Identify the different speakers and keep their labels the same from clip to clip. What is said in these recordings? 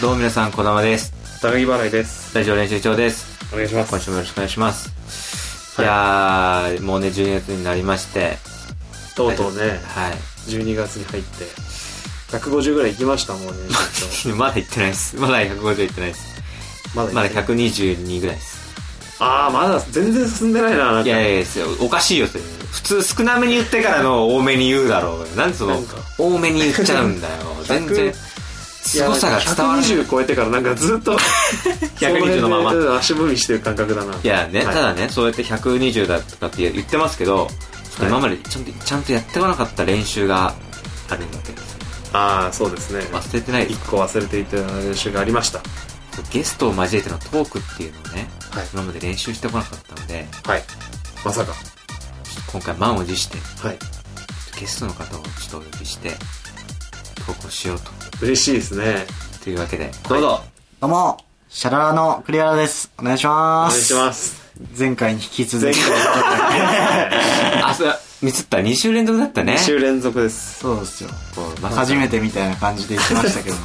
Speaker 1: どうも皆さん、こだまです。
Speaker 2: 高木払いです。
Speaker 1: スタジオ練習長です。
Speaker 2: お願いしま
Speaker 1: 今
Speaker 2: す。
Speaker 1: 週もよろしくお願いします。
Speaker 2: はい
Speaker 1: い、やー、もうね、12月になりまして。
Speaker 2: とうとうね、
Speaker 1: はい。
Speaker 2: 12月に入って、150ぐらい行きまし たもんね、ちょっ
Speaker 1: まだ行ってないです。まだ150行ってないです。
Speaker 2: とま
Speaker 1: まだ
Speaker 2: 行ってない
Speaker 1: 122ぐらいです。
Speaker 2: ああ、まだ全然進んでないな、なん
Speaker 1: い
Speaker 2: か。
Speaker 1: やいやいやですよ、おかしいよ、それ。普通少なめに言ってからの多めに言うだろうよ。なんでその
Speaker 2: なんか、
Speaker 1: 多めに言っちゃ うんだよ。全然、凄さが伝わらない。
Speaker 2: 120超えてからなんかず っと、
Speaker 1: 120のまま
Speaker 2: そ辺で足踏みしてる感覚だな。
Speaker 1: いやね、
Speaker 2: はい
Speaker 1: ただね、そうやって120だとかって言ってますけど、
Speaker 2: い
Speaker 1: 今までちゃんとちゃんとやってこなかった練習があるんだけど、
Speaker 2: ああ、そうですね。
Speaker 1: 忘れてないで
Speaker 2: 一
Speaker 1: す。
Speaker 2: 個忘れていた練習がありました。は
Speaker 1: ゲストを交えてのトークっていうのをね、
Speaker 2: い。
Speaker 1: 今まで練習してこなかったので、
Speaker 2: はい。まさか。
Speaker 1: ちょっと今回満を持して、
Speaker 2: はい。
Speaker 1: ゲストの方をちょっとお呼びして、投稿しようと。
Speaker 2: 嬉しいですね。
Speaker 1: というわけ で、どうぞ、
Speaker 3: どうも、シャララの栗原です。お願いし
Speaker 2: お
Speaker 3: ま
Speaker 2: 願い
Speaker 3: す。
Speaker 2: します。
Speaker 3: 前回に引き続
Speaker 2: 前
Speaker 3: き。
Speaker 1: あ、そう、ミスった、2週連続だったね
Speaker 2: 2。週連続です。
Speaker 3: そうですよ。
Speaker 1: こうまさか
Speaker 3: 初めてみたいな感じで言ってました けど。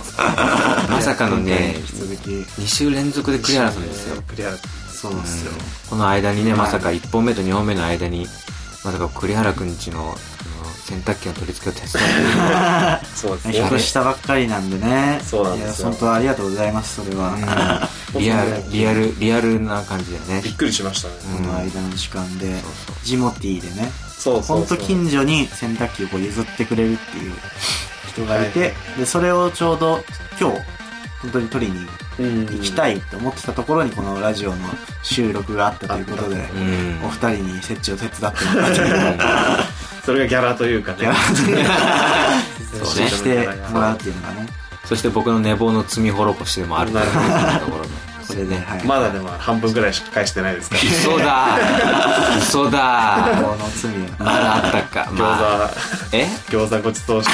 Speaker 1: まさかのね
Speaker 3: 前回に引き続き。
Speaker 1: 2週連続で栗原さんですよ。
Speaker 2: クリアラ。
Speaker 3: そうですよ。
Speaker 1: この間にね、
Speaker 3: はい
Speaker 1: まさか1本目と2本目の間に、まさか栗原くんちのあの洗濯機の取り付けを手伝って
Speaker 2: そうです
Speaker 3: 引
Speaker 2: ね
Speaker 3: っ。越したばっかりなんでね。
Speaker 2: そうなんですよ
Speaker 3: いや、本当ありがとうございます、それは。
Speaker 1: るリアル、リアル、リアルな感じだよね
Speaker 2: び。っくりしましたね。
Speaker 3: この間の時間で
Speaker 1: そうそう、
Speaker 3: ジモティーでね。
Speaker 2: そう
Speaker 3: ほ
Speaker 2: そうんそ
Speaker 3: と
Speaker 2: う。
Speaker 3: 近所に洗濯機をこう譲ってくれるっていう人がい
Speaker 2: は
Speaker 3: て、で、それをちょうど今日、本当に取りに行
Speaker 2: 行
Speaker 3: きた
Speaker 2: い。
Speaker 3: いと思ってたところにこのラジオの収録があったということで、
Speaker 1: うん
Speaker 3: お。二人に設置を手伝ってもらって、
Speaker 2: それがギャラというかね。
Speaker 3: ギャラ
Speaker 1: そう
Speaker 3: 設
Speaker 1: ね
Speaker 3: 置してもらうっていうのがね、
Speaker 1: そして僕の寝坊の罪滅ぼしでもあるというところの。
Speaker 3: これで、はい。
Speaker 2: まだでも半分ぐらいしか返してないですから。
Speaker 1: 嘘だ嘘
Speaker 3: こ
Speaker 1: だ
Speaker 3: の罪
Speaker 1: ま
Speaker 3: は。
Speaker 1: だあったか。まあ、
Speaker 2: 餃
Speaker 1: え
Speaker 2: 子、餃子ごちそうして、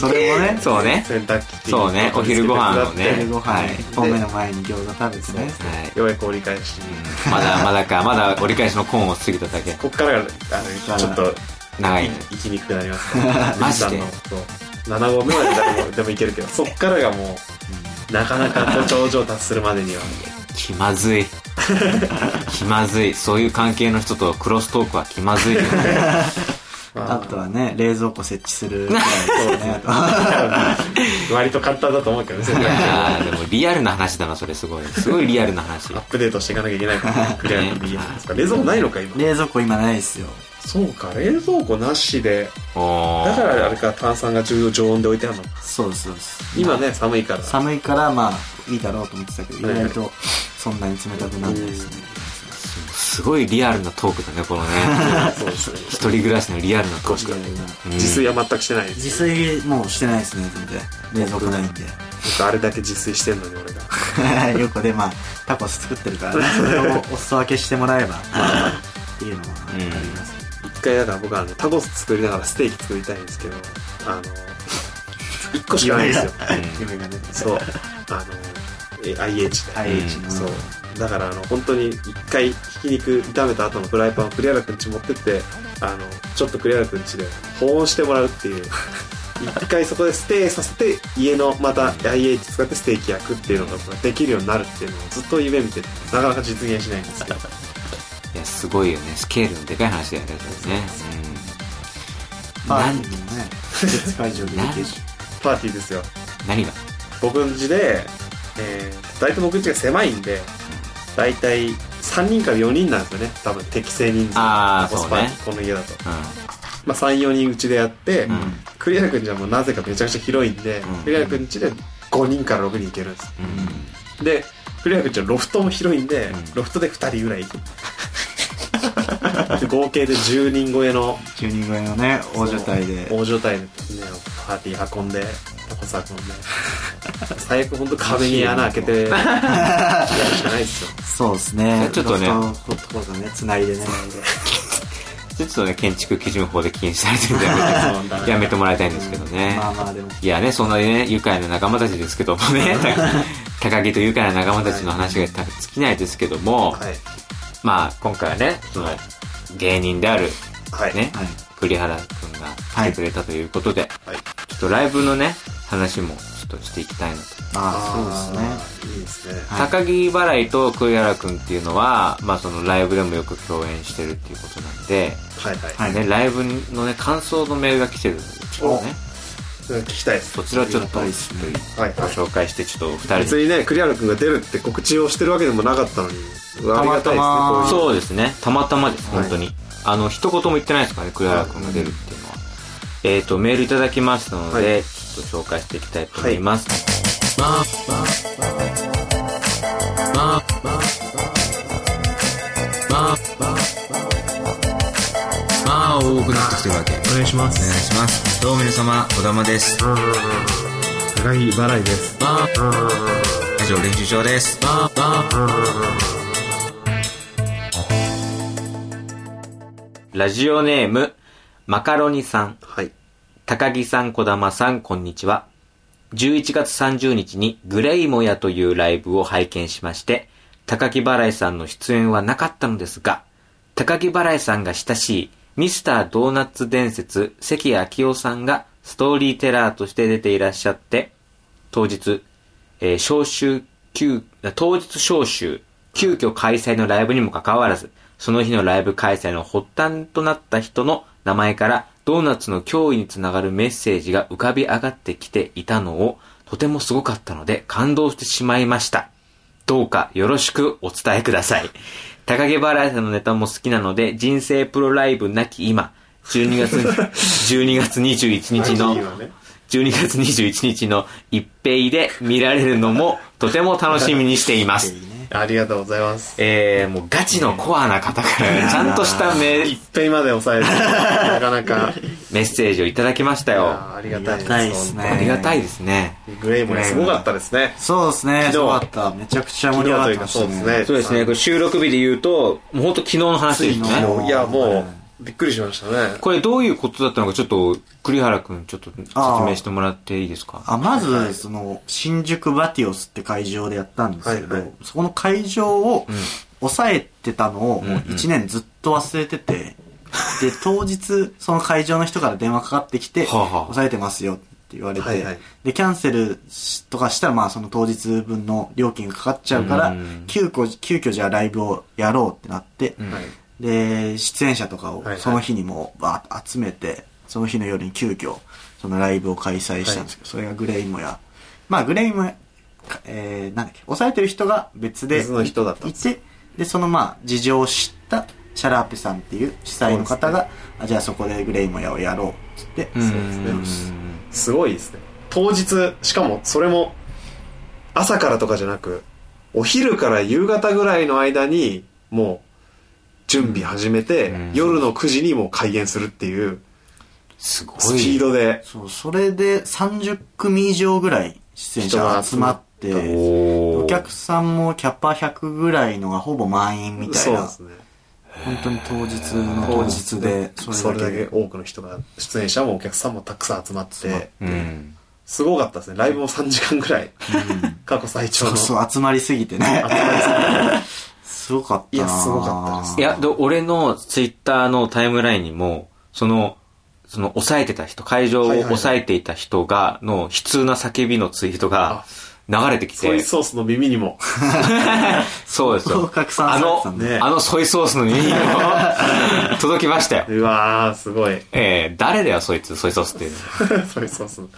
Speaker 3: それもね、
Speaker 1: そうね。
Speaker 2: 洗濯機。
Speaker 1: そうねお昼ご飯をね
Speaker 2: 手伝っ
Speaker 3: 昼
Speaker 2: て
Speaker 3: ご
Speaker 1: は
Speaker 3: 飯、
Speaker 1: い
Speaker 3: 一本目の前に餃子食べてね、
Speaker 1: はい
Speaker 2: ようやく折り返し。
Speaker 1: うん。まだまだか、まだ折り返しのコーンを過ぎただけ。
Speaker 2: こっからが、あの、ちょっと、
Speaker 1: 長いね。
Speaker 2: 行きにくくなりますから。
Speaker 1: マジで
Speaker 2: 藤井さんのそう7合目まで誰もでもいけるけど、そっからがもう、なかなかと頂上達するまでには。
Speaker 1: 気まずい気まずいそういう関係の人とクロストークは気ま ずいよね
Speaker 3: あとはね、冷蔵庫設置するぐらいですね。
Speaker 2: 割と簡単だと思うけどね、
Speaker 1: い
Speaker 2: 洗濯機
Speaker 1: やーでもリアルな話だなそれすごいすごいリアルな話
Speaker 2: アップデートしていかなきゃいけないから、クリアにいいやつですか。冷蔵庫ないのか、今。
Speaker 3: 冷蔵庫今ないですよ。
Speaker 2: そうか、冷蔵庫なしで、
Speaker 1: おー
Speaker 2: だからあれか、炭酸が常常温で置いてあるのか。
Speaker 3: そうですそうです。
Speaker 2: 今ね、寒いから。
Speaker 3: 寒いから、まあ、いいだろうと思ってたけど、意
Speaker 2: はいはい
Speaker 3: 外とそんなに冷たくなんないですね。
Speaker 1: すごいリアルなトークだねこのね
Speaker 2: そうですね。
Speaker 1: 一人暮らしのリアルなトーク
Speaker 2: 確かに。
Speaker 1: うん
Speaker 2: 自炊は全くしてないです。
Speaker 3: 自炊もうしてないですね、全然。冷蔵庫ないんで。
Speaker 2: 僕あれだけ自炊してんのに、俺が。
Speaker 3: よくでまあタコス作ってるからねそれをお裾分けしてもらえばっていうのはあります、ね
Speaker 2: 一回だから僕はね、タコス作りながらステーキ作りたいんですけど、あの、 一個しかないんですよ。
Speaker 3: 夢がね
Speaker 2: そう。あの、え IH で。
Speaker 3: IH の、
Speaker 2: そうだからあの本当に一回ひき肉炒めた後のフライパンを栗原くんち持ってってあのちょっと栗原くんちで保温してもらうって いう一回そこでステイさせて家のまた IH 使ってステーキ焼くっていうのができるようになるっていうのをずっと夢見ててなかなか実現しないんです けど
Speaker 1: いやすごいよねスケールのでかい話だよねそれね
Speaker 3: パーティーもね別会場でできるし
Speaker 2: パーティーですよ
Speaker 1: うん何が
Speaker 2: 僕ん家で、えー、大体僕ん家が狭いんで大体3人から4人なんですよね多分適正人数
Speaker 1: あー
Speaker 2: コスパ
Speaker 1: そうね
Speaker 2: この家だと、
Speaker 1: う
Speaker 2: まあ、34人うちでやって、
Speaker 1: ん
Speaker 2: 栗原くんじゃもうなぜかめちゃくちゃ広いんで、
Speaker 1: うん
Speaker 2: 栗原くん家で5人から6人いけるんです
Speaker 1: うん
Speaker 2: で栗原くんちはロフトも広いんで、
Speaker 1: うん
Speaker 2: ロフトで2人ぐらいいるで合計で10人超えの
Speaker 3: 10人ぐらいのね大所帯で
Speaker 2: 大所帯でねパーティー運んでタコス運んで最悪本当壁に穴開けてやるしかないですよ
Speaker 3: そうですね
Speaker 1: ちょっとね
Speaker 3: ロフトのところとねつないでね
Speaker 1: ちょっとね建築基準法で禁止されてるんでやめ てやめてもらいたいんですけどね、
Speaker 3: まあまあでも
Speaker 1: いやね、そんなにね、愉快な仲間たちですけども ね、高木と愉快な仲間たちの話が尽きないですけども、
Speaker 2: はい
Speaker 1: まあ今回はね、その芸人である、
Speaker 2: はい、
Speaker 1: ね、
Speaker 3: はい
Speaker 1: 栗原くんが来てくれたということで、
Speaker 2: は
Speaker 1: ち
Speaker 2: い
Speaker 1: ょっとライブのね、話もちとしていきたいなと。
Speaker 3: ああそうですね
Speaker 2: すね。いいですね。
Speaker 3: はい
Speaker 1: 高木払いと栗原くんっていうのは、まあそのライブでもよく共演してるっていうことなんで、
Speaker 2: はいはい。
Speaker 3: はい
Speaker 1: ね、ライブのね、感想のメールが来てるので、ちょっとね、
Speaker 2: 聞きたいです。
Speaker 1: そちらをちょっ
Speaker 3: ありが
Speaker 1: と
Speaker 3: たいですね
Speaker 2: はい
Speaker 1: ご
Speaker 2: はい。
Speaker 1: 紹介して、ちょっとお二人
Speaker 2: 別
Speaker 1: に。
Speaker 2: にね、栗原くんが出るって告知をしてるわけでもなかったのに、ありがたいですね、
Speaker 3: ま
Speaker 2: こういう。
Speaker 1: そうですね、たまたまです、
Speaker 2: はい
Speaker 1: 本当に。あの、一言も言ってないですからね、栗原くんが出るっていうのは。えっと、メールいただきましたの
Speaker 2: は
Speaker 1: で、ちょっと紹介していきたいと思います。
Speaker 4: まあ多くなってきてるわけお願いしますお願いしますどうも皆様児玉です高木払いですラジオ練習場です
Speaker 1: ラジオネーム、マカロニさん。
Speaker 2: はい。
Speaker 1: 高木さん、小玉さん、こんにちは。11月30日にグレイモヤというライブを拝見しまして、高木払いさんの出演はなかったのですが、高木払いさんが親しいミスタードーナツ伝説関明夫さんがストーリーテラーとして出ていらっしゃって、当日、えー招集急、当日招集、急遽開催のライブにもかかわらず、その日のライブ開催の発端となった人の名前から、ドーナツの脅威につながるメッセージが浮かび上がってきていたのを、とてもすごかったので感動してしまいました。どうかよろしくお伝えください。高木バラエさんのネタも好きなので、人生プロライブなき今、12月、12月21日 の
Speaker 2: いいわね
Speaker 1: 12月21日の一平で見られるのもとても楽しみにしていま
Speaker 3: い
Speaker 1: す。
Speaker 3: いね
Speaker 2: ありがとうございます。
Speaker 1: えー、もうガチのコアな方からちゃんとしたメ
Speaker 2: 一平まで抑える。なかなか。
Speaker 1: メッセージをいただきました
Speaker 2: いや
Speaker 1: よ。
Speaker 2: ーありがたいです。
Speaker 3: ありがたいですね
Speaker 1: ありがたいですね。
Speaker 2: 本当にグレイもねすごかったですね。
Speaker 3: そうですね
Speaker 2: 昨日
Speaker 3: すごかっためちゃくちゃ盛り上がってましたね
Speaker 2: 昨日というか
Speaker 1: そうですね、これ収録日で言うと、もうほんと昨日の話です
Speaker 3: つい
Speaker 1: ね。
Speaker 3: 昨
Speaker 2: もう
Speaker 3: 日
Speaker 2: いや、も
Speaker 3: は
Speaker 2: う、びっくりしましたね。
Speaker 1: これどういうことだったのかちょっと栗原くんちょっと説明してもらっていいですか
Speaker 3: あまず、その、新宿バティオスって会場でやったんですけど、
Speaker 2: はいはい
Speaker 3: そこの会場を
Speaker 1: ん
Speaker 3: 抑えてたのを、もう1年ずっと忘れてて、 で、当日、その会場の人から電話かかってきて、
Speaker 1: はあはあ
Speaker 3: 抑えてますよって言われて、
Speaker 2: はいはい
Speaker 3: で、キャンセルしとかしたら、まあ、その当日分の料金がかかっちゃうから、
Speaker 1: うん
Speaker 3: 急遽、急遽じゃあライブをやろうってなって、
Speaker 1: うん
Speaker 2: はい。
Speaker 3: で、出演者とかを
Speaker 2: はいはい
Speaker 3: その日にもうバーッと集めて、その日の夜に急遽、そのライブを開催したんですけど、それがグレイモや。まあ、グレイモや、かえー、なんだっけ、抑えてる人が別で、
Speaker 2: 別の人だったん
Speaker 3: い
Speaker 2: で
Speaker 3: て、で、そのまあ、事情を知ったシャラーペさんっていう主催の方が、あじゃあそこでグレイモやをやろうっつって、
Speaker 1: うん
Speaker 2: すごいですね。当日、しかも、それも、朝からとかじゃなく、お昼から夕方ぐらいの間に、もう、準備始めて、
Speaker 1: うん
Speaker 2: 夜の9時にもう開演するっていう、
Speaker 1: すごい。
Speaker 2: スピードで、
Speaker 3: そう、それで30組以上ぐらい出演者が集まって、
Speaker 1: おー
Speaker 3: お客さんもキャパ100ぐらいのがほぼ満員みたい
Speaker 2: そうで
Speaker 3: な。
Speaker 2: すね。
Speaker 3: 本当に当日の当日で、
Speaker 2: それだけ多くの人が、出演者もお客さんもたくさん集まっ
Speaker 3: 集まって
Speaker 2: て、
Speaker 1: うん。
Speaker 2: すごかったですね。ライブも3時間ぐらい、
Speaker 3: うん
Speaker 2: 過去最長
Speaker 3: そ
Speaker 2: の。
Speaker 3: うそう、集まりすぎてね。すごかったない
Speaker 2: やすごかったです
Speaker 1: いや、で、俺のツイッターのタイムラインにも、その、その、抑えてた人、会場を
Speaker 2: はいはいはい
Speaker 1: 抑えていた人が、の、悲痛な叫びのツイートが
Speaker 2: あ
Speaker 1: 流れてき
Speaker 2: ソ
Speaker 1: て
Speaker 2: イ、ソースの耳にも。
Speaker 1: そうですよ。
Speaker 3: 拡散
Speaker 1: あ
Speaker 3: されて
Speaker 1: の
Speaker 3: たん、
Speaker 2: ね
Speaker 1: あのソイソースの耳にも 届きましたよ。
Speaker 2: うわー、すごい。
Speaker 1: えー、誰だよ、そいつ、ソイソースっていう
Speaker 2: ソイソースの。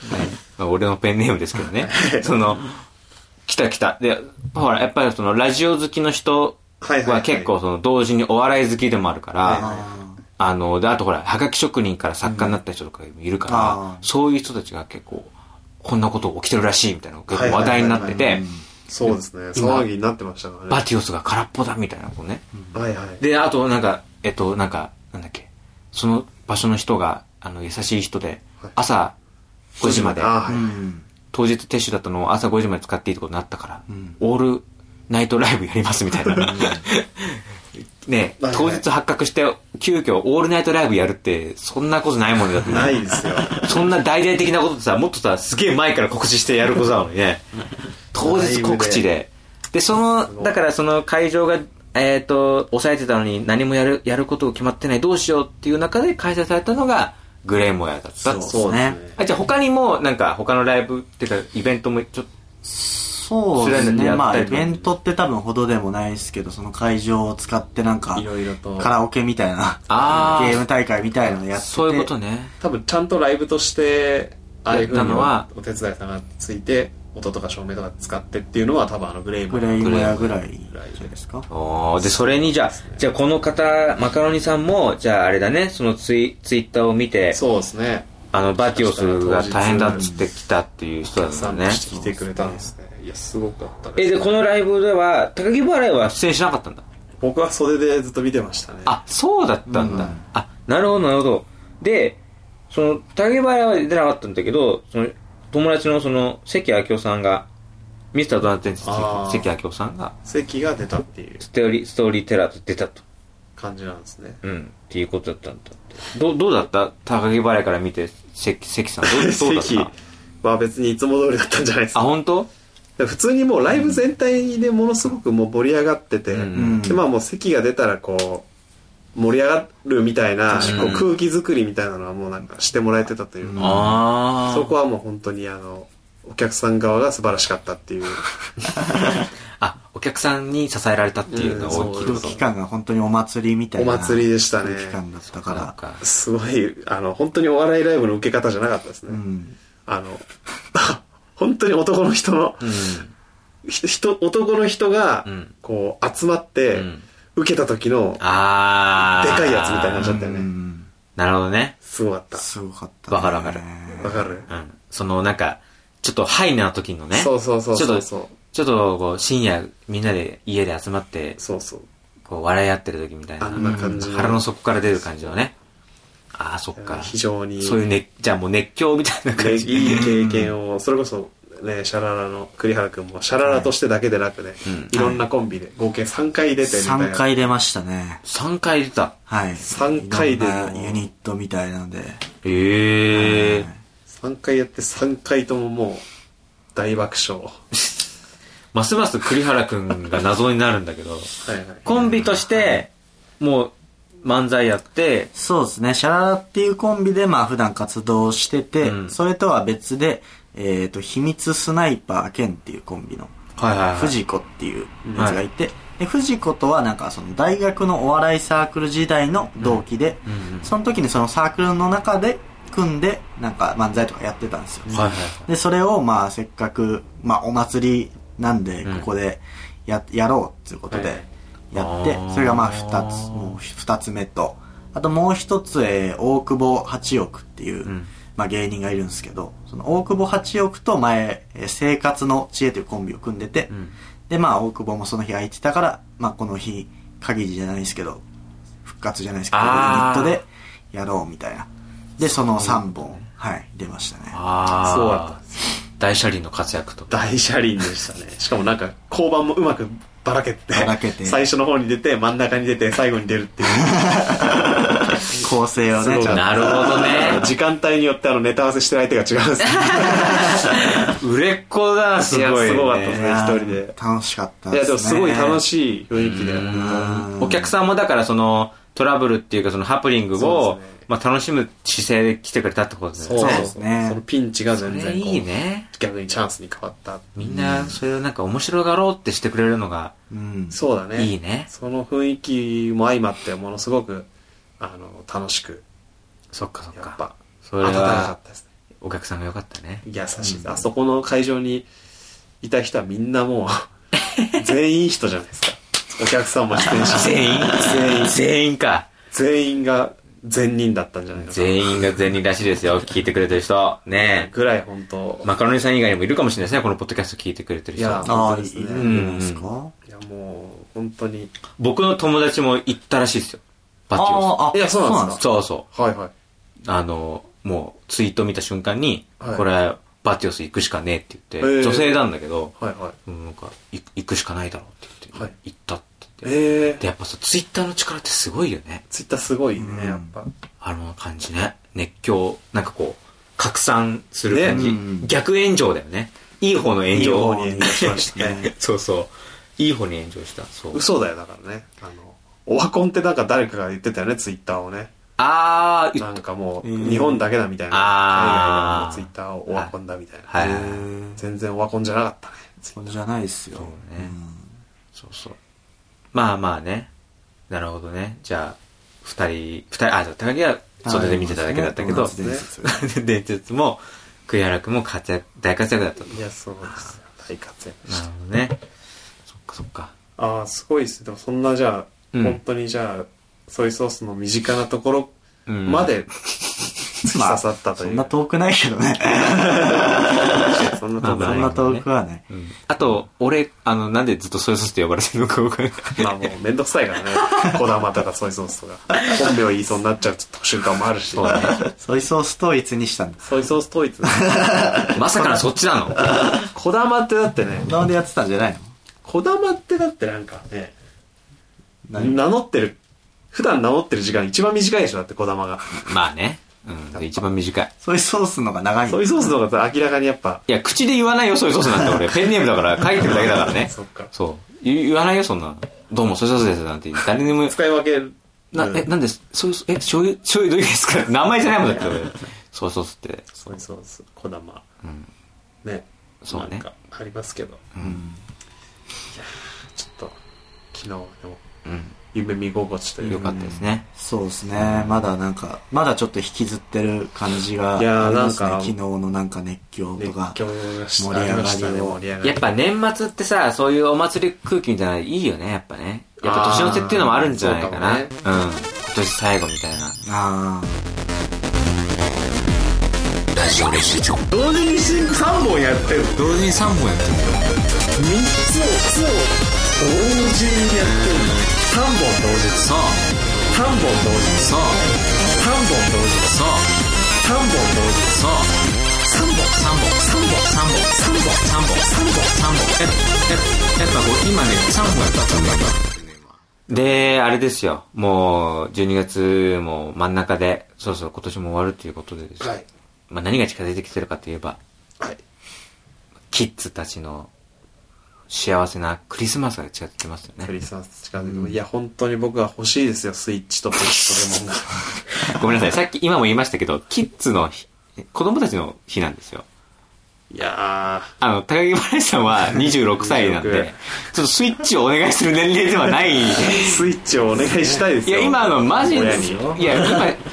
Speaker 1: の。俺のペンネームですけど ね。その、来た来た。で、ほら、やっぱりその、ラジオ好きの人
Speaker 2: はいはいは
Speaker 1: はい結構その、同時にお笑い好きでもあるから、
Speaker 2: はいはい
Speaker 3: あ
Speaker 1: あの、で、あとほら、はがき職人から作家になった人とかいるから、
Speaker 3: うんあー
Speaker 1: そういう人たちが結構、こんなこと起きてるらしいみたいなのが
Speaker 2: はい
Speaker 1: 結構話題になって
Speaker 2: はいは
Speaker 1: て
Speaker 3: ー、
Speaker 2: そうですね。
Speaker 1: 今
Speaker 2: 騒ぎになってましたから
Speaker 1: バ
Speaker 2: ね。
Speaker 1: ティオスが空っぽだみたいなこうね。
Speaker 2: はいはい。
Speaker 1: で、あとなんか、えっと、なんか、なんだっけ、その場所の人が、あの、優しい人で
Speaker 2: はい、
Speaker 1: 朝5時まで、
Speaker 2: あはい
Speaker 3: うん
Speaker 1: 当日撤収だったのを朝5時まで使っていいってことになったから、
Speaker 3: ん
Speaker 1: オールナイトライブやりますみたいな。 ね
Speaker 2: はいはい
Speaker 1: 当日発覚して、急遽オールナイトライブやるって、そんなことないもんだってね
Speaker 2: ないですよ。
Speaker 1: そんな大々的なことってさ、もっとさ、すげえ前から告知してやることなのに ね。当日告知で。で、その、だからその会場が、えっ、と、抑えてたのに何もやる、やることを決まってない、どうしようっていう中で開催されたのが、グレイモヤだった
Speaker 3: そうですね
Speaker 1: あじゃあ他にもなんか他のライブっていうかイベントもちょっ
Speaker 3: そうです
Speaker 1: スライダーでやったりと
Speaker 3: ね。
Speaker 1: か
Speaker 3: まあ、イベントって多分ほどでもないですけど、その会場を使ってなんか
Speaker 2: い、ろいろと
Speaker 3: カラオケみたいな、
Speaker 1: あー
Speaker 3: ゲーム大会みたいなの
Speaker 1: と
Speaker 3: やってて
Speaker 1: そういうことね
Speaker 2: 多分ちゃんとライブとしてああいうふう
Speaker 1: やった
Speaker 2: に
Speaker 1: のは
Speaker 2: お手伝いさんがついて音とか照明とか使ってっていうのは多分あのグレイも
Speaker 3: グレイモヤぐらい
Speaker 2: ぐらい
Speaker 3: じゃないですか。
Speaker 1: おーでそれにじゃあ、じゃあこの方マカロニさんもじゃああれだねそのツイツイッターを見て
Speaker 2: そうですね
Speaker 1: あのバティオスが大変だっつって来たっていう人
Speaker 2: た
Speaker 1: だ
Speaker 2: く
Speaker 1: っ
Speaker 2: さ
Speaker 1: た
Speaker 2: ん
Speaker 1: ね
Speaker 2: 来てくれたんですねいやすごかった
Speaker 1: え
Speaker 2: す
Speaker 1: でこのライブでは高木払いは出演しなかったんだ
Speaker 2: 僕は袖でずっと見てましたね
Speaker 1: あそうだったんだ、あなるほどなるほどでその高木払いは出てなかったんだけどその友達のその関明夫さんがミスタードランテンス
Speaker 2: あー
Speaker 1: 関明夫さんが
Speaker 2: 席が出たっていう
Speaker 1: ストーリーストーリーテラーと出たと
Speaker 2: 感じなんですね
Speaker 1: うんっていうことだったんだってどうどうだった高木払いから見て関関さん どう どうだっ
Speaker 2: 席
Speaker 1: た
Speaker 2: は別にいつも通りだったんじゃないです
Speaker 1: あ
Speaker 2: か
Speaker 1: 本当
Speaker 2: 普通にもうライブ全体でものすごくもう盛り上がってて、
Speaker 1: うん
Speaker 2: でまあもう席が出たらこう盛り上がるみたいな
Speaker 1: 確か
Speaker 2: こう
Speaker 1: に
Speaker 2: 空気作りみたいなのはもうなんかしてもらえてたというか、
Speaker 1: ああ
Speaker 2: そこはもう本当にあのお客さん側が素晴らしかったっていう
Speaker 1: あお客さんに支えられたっていうのが大きい
Speaker 2: うん
Speaker 3: 空
Speaker 1: と
Speaker 3: 気感が本当にお祭りみたい
Speaker 2: お
Speaker 3: な。
Speaker 2: 祭りでしたね
Speaker 3: 空気感だった
Speaker 1: か
Speaker 3: から。
Speaker 1: か
Speaker 2: すごいあの本当にお笑いライブの受け方じゃなかったですね、
Speaker 3: うん。
Speaker 2: あの 本当に男の人の、
Speaker 1: う
Speaker 2: ひ人男の人が
Speaker 1: うん
Speaker 2: こう集まって、
Speaker 1: ん、うん、
Speaker 2: 受けた時の
Speaker 1: ああ
Speaker 2: でかいやつみたいになっちゃった
Speaker 3: う
Speaker 2: よね、
Speaker 3: ん。
Speaker 1: なるほどね
Speaker 2: すごかった
Speaker 3: すごかった、
Speaker 1: わかるわかる
Speaker 2: わかる、
Speaker 1: うんそのなんかちょっとハイな時のね
Speaker 2: そうそうそうそう
Speaker 1: ち
Speaker 2: そ
Speaker 1: ょっ
Speaker 2: う
Speaker 1: とちょっとこう深夜みんなで家で集まって
Speaker 2: そうそう
Speaker 1: こう笑い合ってる時みたいな
Speaker 2: あんな感じの
Speaker 1: 腹の底から出る感じのねああそっか
Speaker 2: 非常に
Speaker 1: そういうねじゃあもう熱狂みたいな
Speaker 2: ね
Speaker 1: 感
Speaker 2: い
Speaker 1: じ
Speaker 2: い経験をそれこそねシャララの栗原君もシャララとしてだけでなくね、
Speaker 1: うん
Speaker 2: いろんなコンビで合計3回出てみたいな
Speaker 3: 3回出ましたね。
Speaker 1: 3回出た
Speaker 3: はい。
Speaker 2: 三回で
Speaker 3: いろんなユニットみたいなので。
Speaker 1: ええ
Speaker 3: はい
Speaker 2: 3回やって3回とももう大爆笑
Speaker 1: ますます栗原くんが謎になるんだけど
Speaker 2: はいはい
Speaker 1: コンビとしてもう漫才やって
Speaker 3: そうですね。シャララっていうコンビで、まあ普段活動してて、
Speaker 1: うん
Speaker 3: それとは別で、えっ、と、秘密スナイパーケンっていうコンビの、
Speaker 1: はいはいはい
Speaker 3: 藤子っていうやつがいて、で藤子とはなんかその大学のお笑いサークル時代の同期で、
Speaker 1: うんうんうん
Speaker 3: その時にそのサークルの中で組んで、なんか漫才とかやってたんですよ。
Speaker 1: はいはい
Speaker 3: で、それをまあせっかく、まあお祭りなんで、
Speaker 1: うん
Speaker 3: ここでや、やろうっていうこと
Speaker 2: はい
Speaker 3: でやって
Speaker 1: あー、
Speaker 3: それがまあ二つ、もう二つ目と、あともう一つ、えー大久保八億っていう、
Speaker 1: うん
Speaker 3: まあ芸人がいるんですけど、その大久保八億と前、えー生活の知恵というコンビを組んでて、
Speaker 1: うん
Speaker 3: でまあ大久保もその日空いてたから、まあこの日限りじゃないですけど、復活じゃないですけど、ユニ
Speaker 1: あ
Speaker 3: ッ
Speaker 1: ー
Speaker 3: トでやろうみたいな。で、その3本、はい、出ましたね。
Speaker 1: ああ
Speaker 2: そうだった
Speaker 1: 大車輪の活躍と
Speaker 2: 大車輪でしたねしかもなんか交番もうまくばらけて
Speaker 3: ばらけて
Speaker 2: 最初の方に出て真ん中に出て最後に出るっていう
Speaker 3: 構成を
Speaker 2: すご
Speaker 3: ね、
Speaker 2: い
Speaker 3: ちゃんと
Speaker 1: なるほどね
Speaker 2: 時間帯によってあのネタ合わせしてる相手が違うんですね
Speaker 1: 売れっ子だなすごい,、
Speaker 2: いやすごかった
Speaker 3: い
Speaker 2: ね
Speaker 3: やー
Speaker 2: 一人で
Speaker 3: 楽しかった
Speaker 2: いやでもすごい楽
Speaker 3: し
Speaker 2: しい雰囲気で
Speaker 3: ん
Speaker 1: お客さんもだからそのトラブルっていうかそのハプニング
Speaker 2: そ
Speaker 1: を、
Speaker 2: うですね
Speaker 1: まあ、楽しむ姿勢で来てくれたってことです
Speaker 2: そう
Speaker 3: う
Speaker 2: で
Speaker 3: ですす
Speaker 2: ね
Speaker 3: ね。
Speaker 2: そのピンチが全
Speaker 1: そ
Speaker 2: 然
Speaker 1: れ
Speaker 2: こう
Speaker 1: いいね
Speaker 2: 逆にチャンスに変わった。
Speaker 1: みんなそれをなんか面白がろうってしてくれるのが
Speaker 3: うん。
Speaker 2: そうだね。
Speaker 1: いいね
Speaker 2: その雰囲気も相まって、ものすごく、あの、楽しく、
Speaker 1: そっかそっ
Speaker 2: やっ
Speaker 1: か
Speaker 2: ぱ、
Speaker 1: それ
Speaker 2: 温かか
Speaker 1: は
Speaker 2: ったですね。
Speaker 1: お客さんが良かったね
Speaker 2: 優しい。あそこの会場にいた人はみんな もう、全員いい人じゃないですか。お客さんも出演者も
Speaker 1: 全員
Speaker 2: 全員、
Speaker 1: 全員 か
Speaker 2: 全員が善人だったんじゃないかな。
Speaker 1: 全員が全員らしいですよ聞いてくれてる人ね
Speaker 2: ぐらい本当
Speaker 1: え、マカロニさん以外にもいるかもしれないですねこのポッドキャスト聞いてくれてる人
Speaker 2: いや
Speaker 3: あ
Speaker 2: 本
Speaker 3: あ、
Speaker 2: 当
Speaker 3: い
Speaker 2: で
Speaker 3: い
Speaker 2: す
Speaker 3: じ
Speaker 2: ね
Speaker 3: ゃないですか、
Speaker 2: いやもう、本当に。
Speaker 1: 僕の友達も行ったらしいですよバッチオ
Speaker 3: あーあ
Speaker 2: いやそうなんですか
Speaker 1: さんそうそう
Speaker 2: はいはい。
Speaker 1: あの、もうツイート見た瞬間に、
Speaker 2: はい
Speaker 1: これはバティオス行くしかねえって言って、
Speaker 2: ええ
Speaker 1: 女性なんだけど、
Speaker 2: はいはい。
Speaker 1: うん、なんか、い行くしかないだろうって言って、
Speaker 2: はい
Speaker 1: 行ったって言って。
Speaker 2: ええ
Speaker 1: で、やっぱさ、ツイッターの力ってすごいよね。
Speaker 2: ツイッターすごいね、やっぱ。
Speaker 1: あの感じね。熱狂、なんかこう、拡散する感じ。
Speaker 3: ねうん
Speaker 1: 逆炎上だよね。いい方の炎上。
Speaker 2: いい方に炎上しましたね
Speaker 1: そうそう。いい方に炎上した。そう。
Speaker 2: 嘘だよ、だからね。あの、オワコンってなんか誰かが言ってたよね、ツイッターをね。
Speaker 1: あー、言っ
Speaker 2: なんかもう
Speaker 3: うん
Speaker 2: 日本だけだみたいな
Speaker 1: あー
Speaker 2: 海外のツイッターをオワコンだみたいな、
Speaker 1: はいはいはい
Speaker 2: 全然オワコンじゃなかったね
Speaker 3: そんじゃないですよ。
Speaker 1: うねそうそう。まあまあね。なるほどね。じゃあ、二人、二人、あ、そう高木は袖で見てただけだったけど、
Speaker 3: そうですね
Speaker 1: で伝説も栗原君も活躍大活躍だったと
Speaker 2: いやそうですよ大活躍
Speaker 1: なるほどねそっかそっか
Speaker 2: ああすごいですねでもそんなじゃあ、
Speaker 1: うん
Speaker 2: 本当にじゃあソイソースの身近なところ
Speaker 1: うん
Speaker 2: まで突き刺さったと
Speaker 3: そ
Speaker 2: い
Speaker 3: ん
Speaker 2: う、
Speaker 3: な遠くないけどね。
Speaker 2: そんな
Speaker 1: まあまあ
Speaker 2: とこ
Speaker 3: そんな遠くはね。
Speaker 1: うんあと俺あのなんでずっとソイソースって呼ばれてるのか分かんない
Speaker 2: まあもうめんどくさ いからね児玉とかソイソースとか本名言いそうになっちゃう瞬間もあるし
Speaker 1: そうね
Speaker 3: ソイソース統一にしたんです。
Speaker 2: ソイソー ス統一
Speaker 1: まさかのそっちな の
Speaker 2: 児玉ってだってね
Speaker 3: 子供でやってたんじゃないの
Speaker 2: 児玉ってだってなんかね
Speaker 3: 何
Speaker 2: 名乗ってる普段名乗ってる時間一番短いでしょだって児玉が
Speaker 1: まあねうんで一番短い
Speaker 3: ソイソースのが長い
Speaker 2: ソイソースの方が明らかにやっぱ
Speaker 1: いや口で言わないよソイソースなんて俺ペンネームだから書いてるだけだからね
Speaker 2: そっか
Speaker 1: そう言言わないよそんなのどうもソイソースですなんて誰にも
Speaker 2: 使い分ける
Speaker 1: な
Speaker 2: うん
Speaker 1: えなんでソイソースえ醤油醤油どういう意味ですか 名前じゃないもんだって俺ソイソースって
Speaker 2: ソイソース児玉
Speaker 1: うん
Speaker 2: ね
Speaker 1: そうね
Speaker 2: なんかありますけど
Speaker 3: うん
Speaker 2: ちょっと昨日でも
Speaker 1: う
Speaker 2: 夢見心地と
Speaker 1: ん
Speaker 2: い
Speaker 1: よ
Speaker 2: う
Speaker 1: か
Speaker 2: か、
Speaker 1: ったですね
Speaker 3: そうですね。まだなんか、まだちょっと引きずってる感じがあ
Speaker 2: い
Speaker 3: り
Speaker 2: やー
Speaker 3: ますね。
Speaker 2: なんか
Speaker 3: 昨日のなんか熱狂と
Speaker 2: 熱
Speaker 3: か。
Speaker 2: 狂がし
Speaker 3: 盛り上がりを
Speaker 2: あしたね盛り上がり
Speaker 1: やっぱ年末ってさ、そういうお祭り空気みたいなのいいよね、やっぱね。やっぱ年の瀬っていうのもあるんじゃないかな。
Speaker 2: あ
Speaker 1: う
Speaker 2: ー
Speaker 1: ん。
Speaker 2: そう
Speaker 1: 今年最後みたいな。
Speaker 3: ああ。
Speaker 4: 同時に3本やってる
Speaker 2: 同時に3本やってる3つを同時にやってる3本同時
Speaker 4: そう
Speaker 2: 3本同時
Speaker 4: そう
Speaker 2: 3本同時
Speaker 4: そう
Speaker 2: 3本同時
Speaker 4: そう3本3本3本3本3本3本3本3本ええやっぱこう今ね3本やった3本やった
Speaker 1: で、あれですよ。もう、12月も真ん中で、そろそろ今年も終わるということでですね
Speaker 2: はい
Speaker 1: まあ何が近づいてきてるかといえば、
Speaker 2: はい
Speaker 1: キッズたちの幸せなクリスマスが近づいてますよ
Speaker 2: ク
Speaker 1: ね。
Speaker 2: リスマス近づいてくるいや本当に僕は欲しいですよスイッチとポケットレモンが
Speaker 1: ごめんなさい。さっき、今も言いましたけど、キッズの日、子供たちの日なんですよ。
Speaker 2: いや
Speaker 1: あの、高木原さんは26歳なん
Speaker 2: 26
Speaker 1: で、ちょっとスイッチをお願いする年齢では ない。い
Speaker 2: ースイッチをお願いしたいですよ
Speaker 1: や、今のマジ
Speaker 2: 親
Speaker 1: で、
Speaker 2: に
Speaker 1: いや、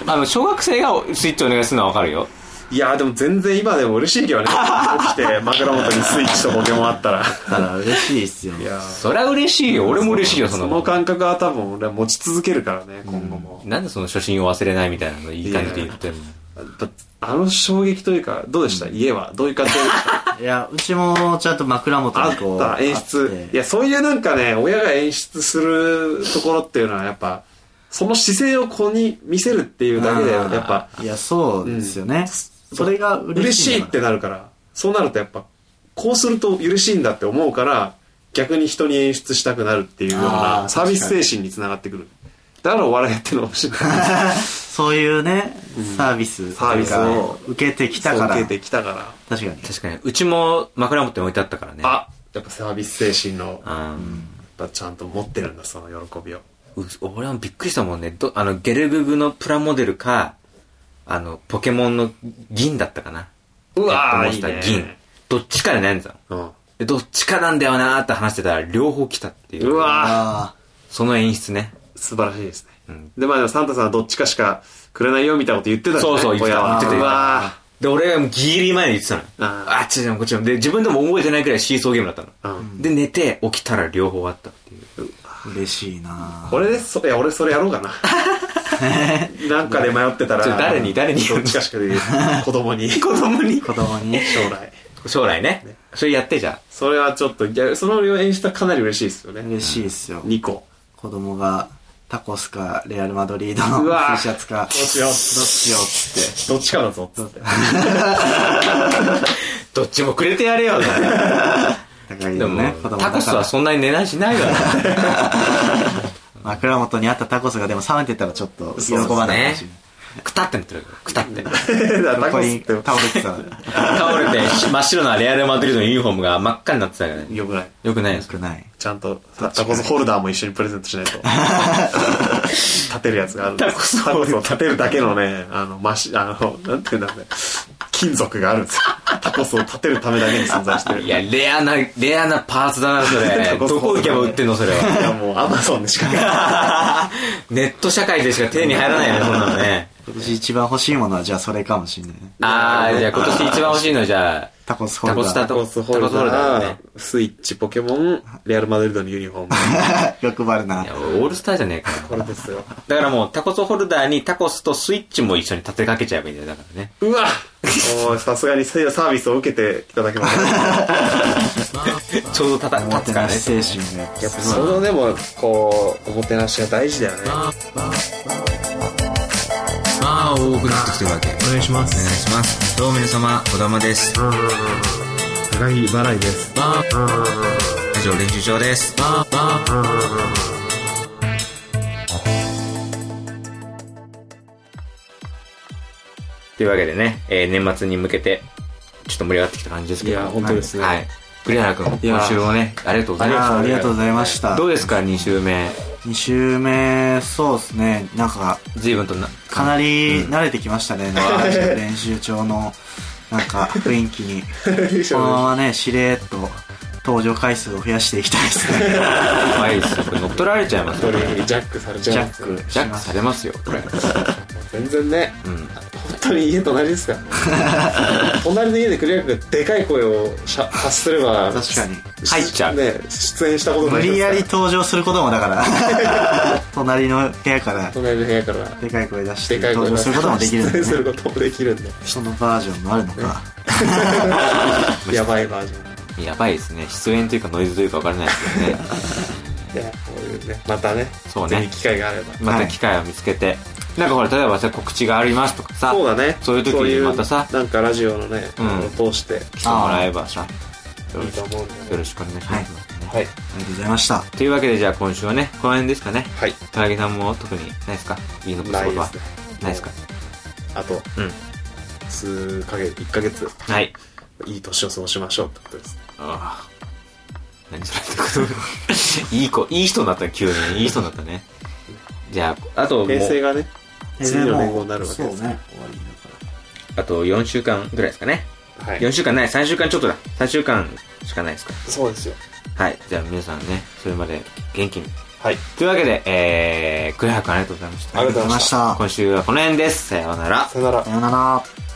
Speaker 1: 今、あの、小学生がスイッチをお願いするのはわかるよ。
Speaker 2: いやでも全然今でも嬉しいけどね起き て枕元にスイッチとポケモンあったら
Speaker 3: だから嬉しいっすよ。
Speaker 2: いやー
Speaker 1: そりゃ嬉しいよ。俺も嬉しいよ、そ
Speaker 2: そ
Speaker 1: の。
Speaker 2: の感覚は多分俺は持ち続けるからね今後も
Speaker 1: なんでその初心を忘れないみたいなのいい感じで言ってんの
Speaker 2: やっぱあの衝撃というかどうでした家はどういう感じでした
Speaker 3: いや、うちもちゃんと枕元
Speaker 2: あ
Speaker 3: にこ
Speaker 2: っ
Speaker 3: う。
Speaker 2: た演
Speaker 3: あっ
Speaker 2: 出
Speaker 3: て
Speaker 2: いやそういうなんかね親が演出するところっていうのはやっぱその姿勢を子に見せるっていうだけでやっぱ
Speaker 3: いや、そうですよね。それが嬉
Speaker 2: 嬉
Speaker 3: しい。
Speaker 2: しいって。なるからそうなるとやっぱこうすると嬉しいんだって思うから逆に人に演出したくなるっていうよう
Speaker 3: あー
Speaker 2: なサービス精神につながってくるだからお笑いやってるのかもしれない
Speaker 3: そういうね、サービス。
Speaker 2: サービスを
Speaker 3: 受けてきたか
Speaker 2: 受
Speaker 3: ら。
Speaker 2: け
Speaker 3: 確
Speaker 2: てきたから
Speaker 3: かに。
Speaker 1: 確かに、うちも枕元に置いてあったからね。
Speaker 2: あやっぱサービス精神のやっ
Speaker 1: うん。
Speaker 2: ぱちゃんと持ってるんだその喜びを
Speaker 1: う俺はびっくりしたもんね。どあの、ゲルブブのプラモデルか、あの、ポケモンの銀だったかな。
Speaker 2: うわ
Speaker 1: や
Speaker 2: ー
Speaker 1: っと思ってた
Speaker 2: いいね
Speaker 1: 銀。どっちかで悩んでたの。
Speaker 2: うん
Speaker 1: でどっちかなんだよなーって話してたら、両方来たっていう。
Speaker 2: うわー
Speaker 3: あ
Speaker 1: その演出ね。
Speaker 2: 素晴らしいですね
Speaker 1: うん。
Speaker 2: で、まあでもサンタさんはどっちかしかくれないよみたいなこと言ってたじゃ
Speaker 1: そ
Speaker 2: ん
Speaker 1: うそう、言って
Speaker 2: 親
Speaker 1: た。言
Speaker 2: は
Speaker 1: ってた。言っ
Speaker 2: う
Speaker 1: て
Speaker 2: わ
Speaker 1: たで、俺はもうギリギリ前に言ってたの。
Speaker 2: あ
Speaker 1: あっちでもこっちでも。で、自分でも覚えてないくらいシーソーゲームだったの。
Speaker 2: ーうん
Speaker 1: で、寝て起きたら両方あったっていう。
Speaker 3: あ、嬉しいな
Speaker 2: 俺です、そいや、俺それやろう かな。なんかで迷ってたら。
Speaker 1: ちょ誰に誰に
Speaker 2: どっちかしか 言う。子供に。子供に。
Speaker 3: 子供に。
Speaker 2: 将来。
Speaker 1: 将来ね。それやってじゃん。
Speaker 2: それはちょっと、いや、その演出はかなり嬉しいですよね。
Speaker 3: 嬉しいっすよ。
Speaker 2: 2個。
Speaker 3: 子供がタコスかレアル・マドリード
Speaker 2: う
Speaker 3: の
Speaker 2: わー
Speaker 3: T シャツか、
Speaker 2: どっちよ
Speaker 3: どっちよっつって。
Speaker 2: どっちかだぞ、つ って。
Speaker 1: どっちもくれてやれよ。
Speaker 3: 高い
Speaker 1: で
Speaker 3: よ
Speaker 1: も
Speaker 3: ね、子供だ
Speaker 1: タコ
Speaker 3: から
Speaker 1: スはそんなに値段しないわ。
Speaker 3: 枕元にあったタコスがでも冷めてたらちょっと喜ばないかもしれない。
Speaker 1: くたってなってるわけよくたって。
Speaker 2: タ
Speaker 3: 横
Speaker 2: コス
Speaker 3: に
Speaker 2: って
Speaker 3: 倒れてたら
Speaker 1: 倒れて、真っ白なレアル・マドリードのユニフォームが真っ赤になってたからね。
Speaker 2: よくない
Speaker 1: よくないで
Speaker 3: よ
Speaker 1: す
Speaker 3: くない
Speaker 2: ちゃんとタコスホルダーも一緒にプレゼントしないと 立てるやつがあるんです
Speaker 1: タコス
Speaker 2: タ
Speaker 1: ホ
Speaker 2: コ
Speaker 1: ル
Speaker 2: ス
Speaker 1: ダ
Speaker 2: を
Speaker 1: ー
Speaker 2: 立てるだけのねあのマシあのなんていうんだろうね金属があるんですよタコスを立てるためだけに存在してる
Speaker 1: いや、レアな、レアなパーツだな、そ れ。どこ行けば売ってんの、それは。
Speaker 2: いやもうアマゾンでしか買え ない
Speaker 1: ネット社会でしか手に入らないよね、そんなのね。
Speaker 3: 今年一番欲しいものはじゃあそれかもしんないね
Speaker 1: あー、じゃあ今年一番欲しいのはじゃあ、
Speaker 3: タコスホ
Speaker 1: タ
Speaker 3: ル
Speaker 1: コスタ
Speaker 3: ダ
Speaker 2: タコスホルダ
Speaker 1: タコスホルダー
Speaker 2: ー
Speaker 1: だね
Speaker 2: スイッチポケモンレアル・マドリードのユニフォーム
Speaker 3: ー欲張るない
Speaker 1: や、俺オールスターじゃねえか
Speaker 2: これですよ
Speaker 1: だからもう、タコスホルダーにタコスとスイッチも一緒に立てかけちゃえばいいんだよ、だからね。
Speaker 2: うわもうさすがにそういうサービスを受けていただけます
Speaker 1: ちょうどたた
Speaker 3: おも
Speaker 1: 立
Speaker 3: て
Speaker 1: つから
Speaker 3: な
Speaker 1: ね。
Speaker 3: し精神がやっぱ
Speaker 2: やっぱそのでもこうおもてなしが大事だよね
Speaker 1: まあ、多くなってきてるわけ。お願いします。お願いします。どうも皆様、小玉です。
Speaker 2: 高木払いです
Speaker 1: 以上、練習場です。というわけでね、えー年末に向けて、ちょっと盛り上がってきた感じですけど。
Speaker 2: いや本当ですね
Speaker 1: はい。栗原君、今週もね、ありがとうございまし
Speaker 3: あ
Speaker 1: た。
Speaker 3: ーありがとうございまし
Speaker 1: は
Speaker 3: た
Speaker 1: どうですか、2週目。
Speaker 3: 2週目そうですねなんか
Speaker 1: 随分とな、
Speaker 3: かなり慣れてきましたね、なんか練習帳のなんか雰囲気 にこのままねしれーっと登場回数を増やしていきたいです ね
Speaker 1: 怖いですよ。これ乗っ取られちゃい ますよ。
Speaker 2: ジャックされち
Speaker 3: ジ
Speaker 2: ゃう
Speaker 3: ャ
Speaker 2: んですよ
Speaker 3: ック
Speaker 1: ジ
Speaker 3: し
Speaker 1: ャック
Speaker 3: ます
Speaker 1: されますよ、これ。
Speaker 2: 全然ね
Speaker 1: うん。
Speaker 2: 本当に家隣で すからね隣の家でクリア君がでかい声をしゃ発すれば
Speaker 3: 確かに
Speaker 1: 入っちゃう。
Speaker 2: ね出演したことにな
Speaker 3: 無
Speaker 2: り
Speaker 3: 理や
Speaker 2: ます
Speaker 3: り
Speaker 2: から
Speaker 3: 登場することもだから 隣の部屋から
Speaker 2: 隣の部屋から
Speaker 3: でかい声出して
Speaker 2: でかい
Speaker 3: 登
Speaker 2: 声
Speaker 3: 場することもできるん
Speaker 2: 出
Speaker 3: で
Speaker 2: 演す
Speaker 3: ね
Speaker 2: ることもできるんで
Speaker 3: そのバージョンもあるのか
Speaker 2: やばいバージョ
Speaker 1: やばいですね。出演というかノイズというか分からないですけどね。
Speaker 2: ンいやこういうねまたね
Speaker 1: そうね
Speaker 2: ぜひ機会があれば
Speaker 1: また機会を見つけて、なんかほら例えばさ告知がありますとかさ
Speaker 2: そうだね
Speaker 1: そういう時にまたさ
Speaker 2: そういうなんかラジオのね、
Speaker 1: うん
Speaker 2: を通して
Speaker 1: 来てもらえばさ
Speaker 2: いいと思うんで
Speaker 1: よ
Speaker 2: ね
Speaker 1: ろしくお願いします、ね
Speaker 2: はい
Speaker 3: ありがとうございました
Speaker 1: というわけでじゃあ今週はねこの辺ですかね
Speaker 2: はい
Speaker 1: 高木さんも特にないですか言い残す
Speaker 2: な
Speaker 1: こ
Speaker 2: い
Speaker 1: と
Speaker 2: で
Speaker 1: は
Speaker 2: すね
Speaker 1: ないですか
Speaker 2: あと
Speaker 1: うん
Speaker 2: 数ヶ月1ヶ月
Speaker 1: はい
Speaker 2: いい年を過ごしましょうってことです
Speaker 1: ああ何それってこと いい子いい人になったね急にいい人になったねじゃああともう
Speaker 2: 平成がね次の年号になるわけ
Speaker 3: そう
Speaker 2: です
Speaker 3: ね終わりだか
Speaker 1: あと4週間ぐらいですかね
Speaker 2: は
Speaker 1: 4
Speaker 2: い
Speaker 1: 週間ない3週間ちょっとだ3週間しかないですか
Speaker 2: そうですよ
Speaker 1: はいじゃあ皆さんねそれまで元気に
Speaker 2: はい
Speaker 1: というわけで、えー、クレハ君ありがとうございまし
Speaker 3: ら
Speaker 1: た
Speaker 2: あ。りがとうございまし
Speaker 3: ありがとうございま
Speaker 1: 今週はこの辺です。さようなら。
Speaker 2: さよなら
Speaker 3: したさよなら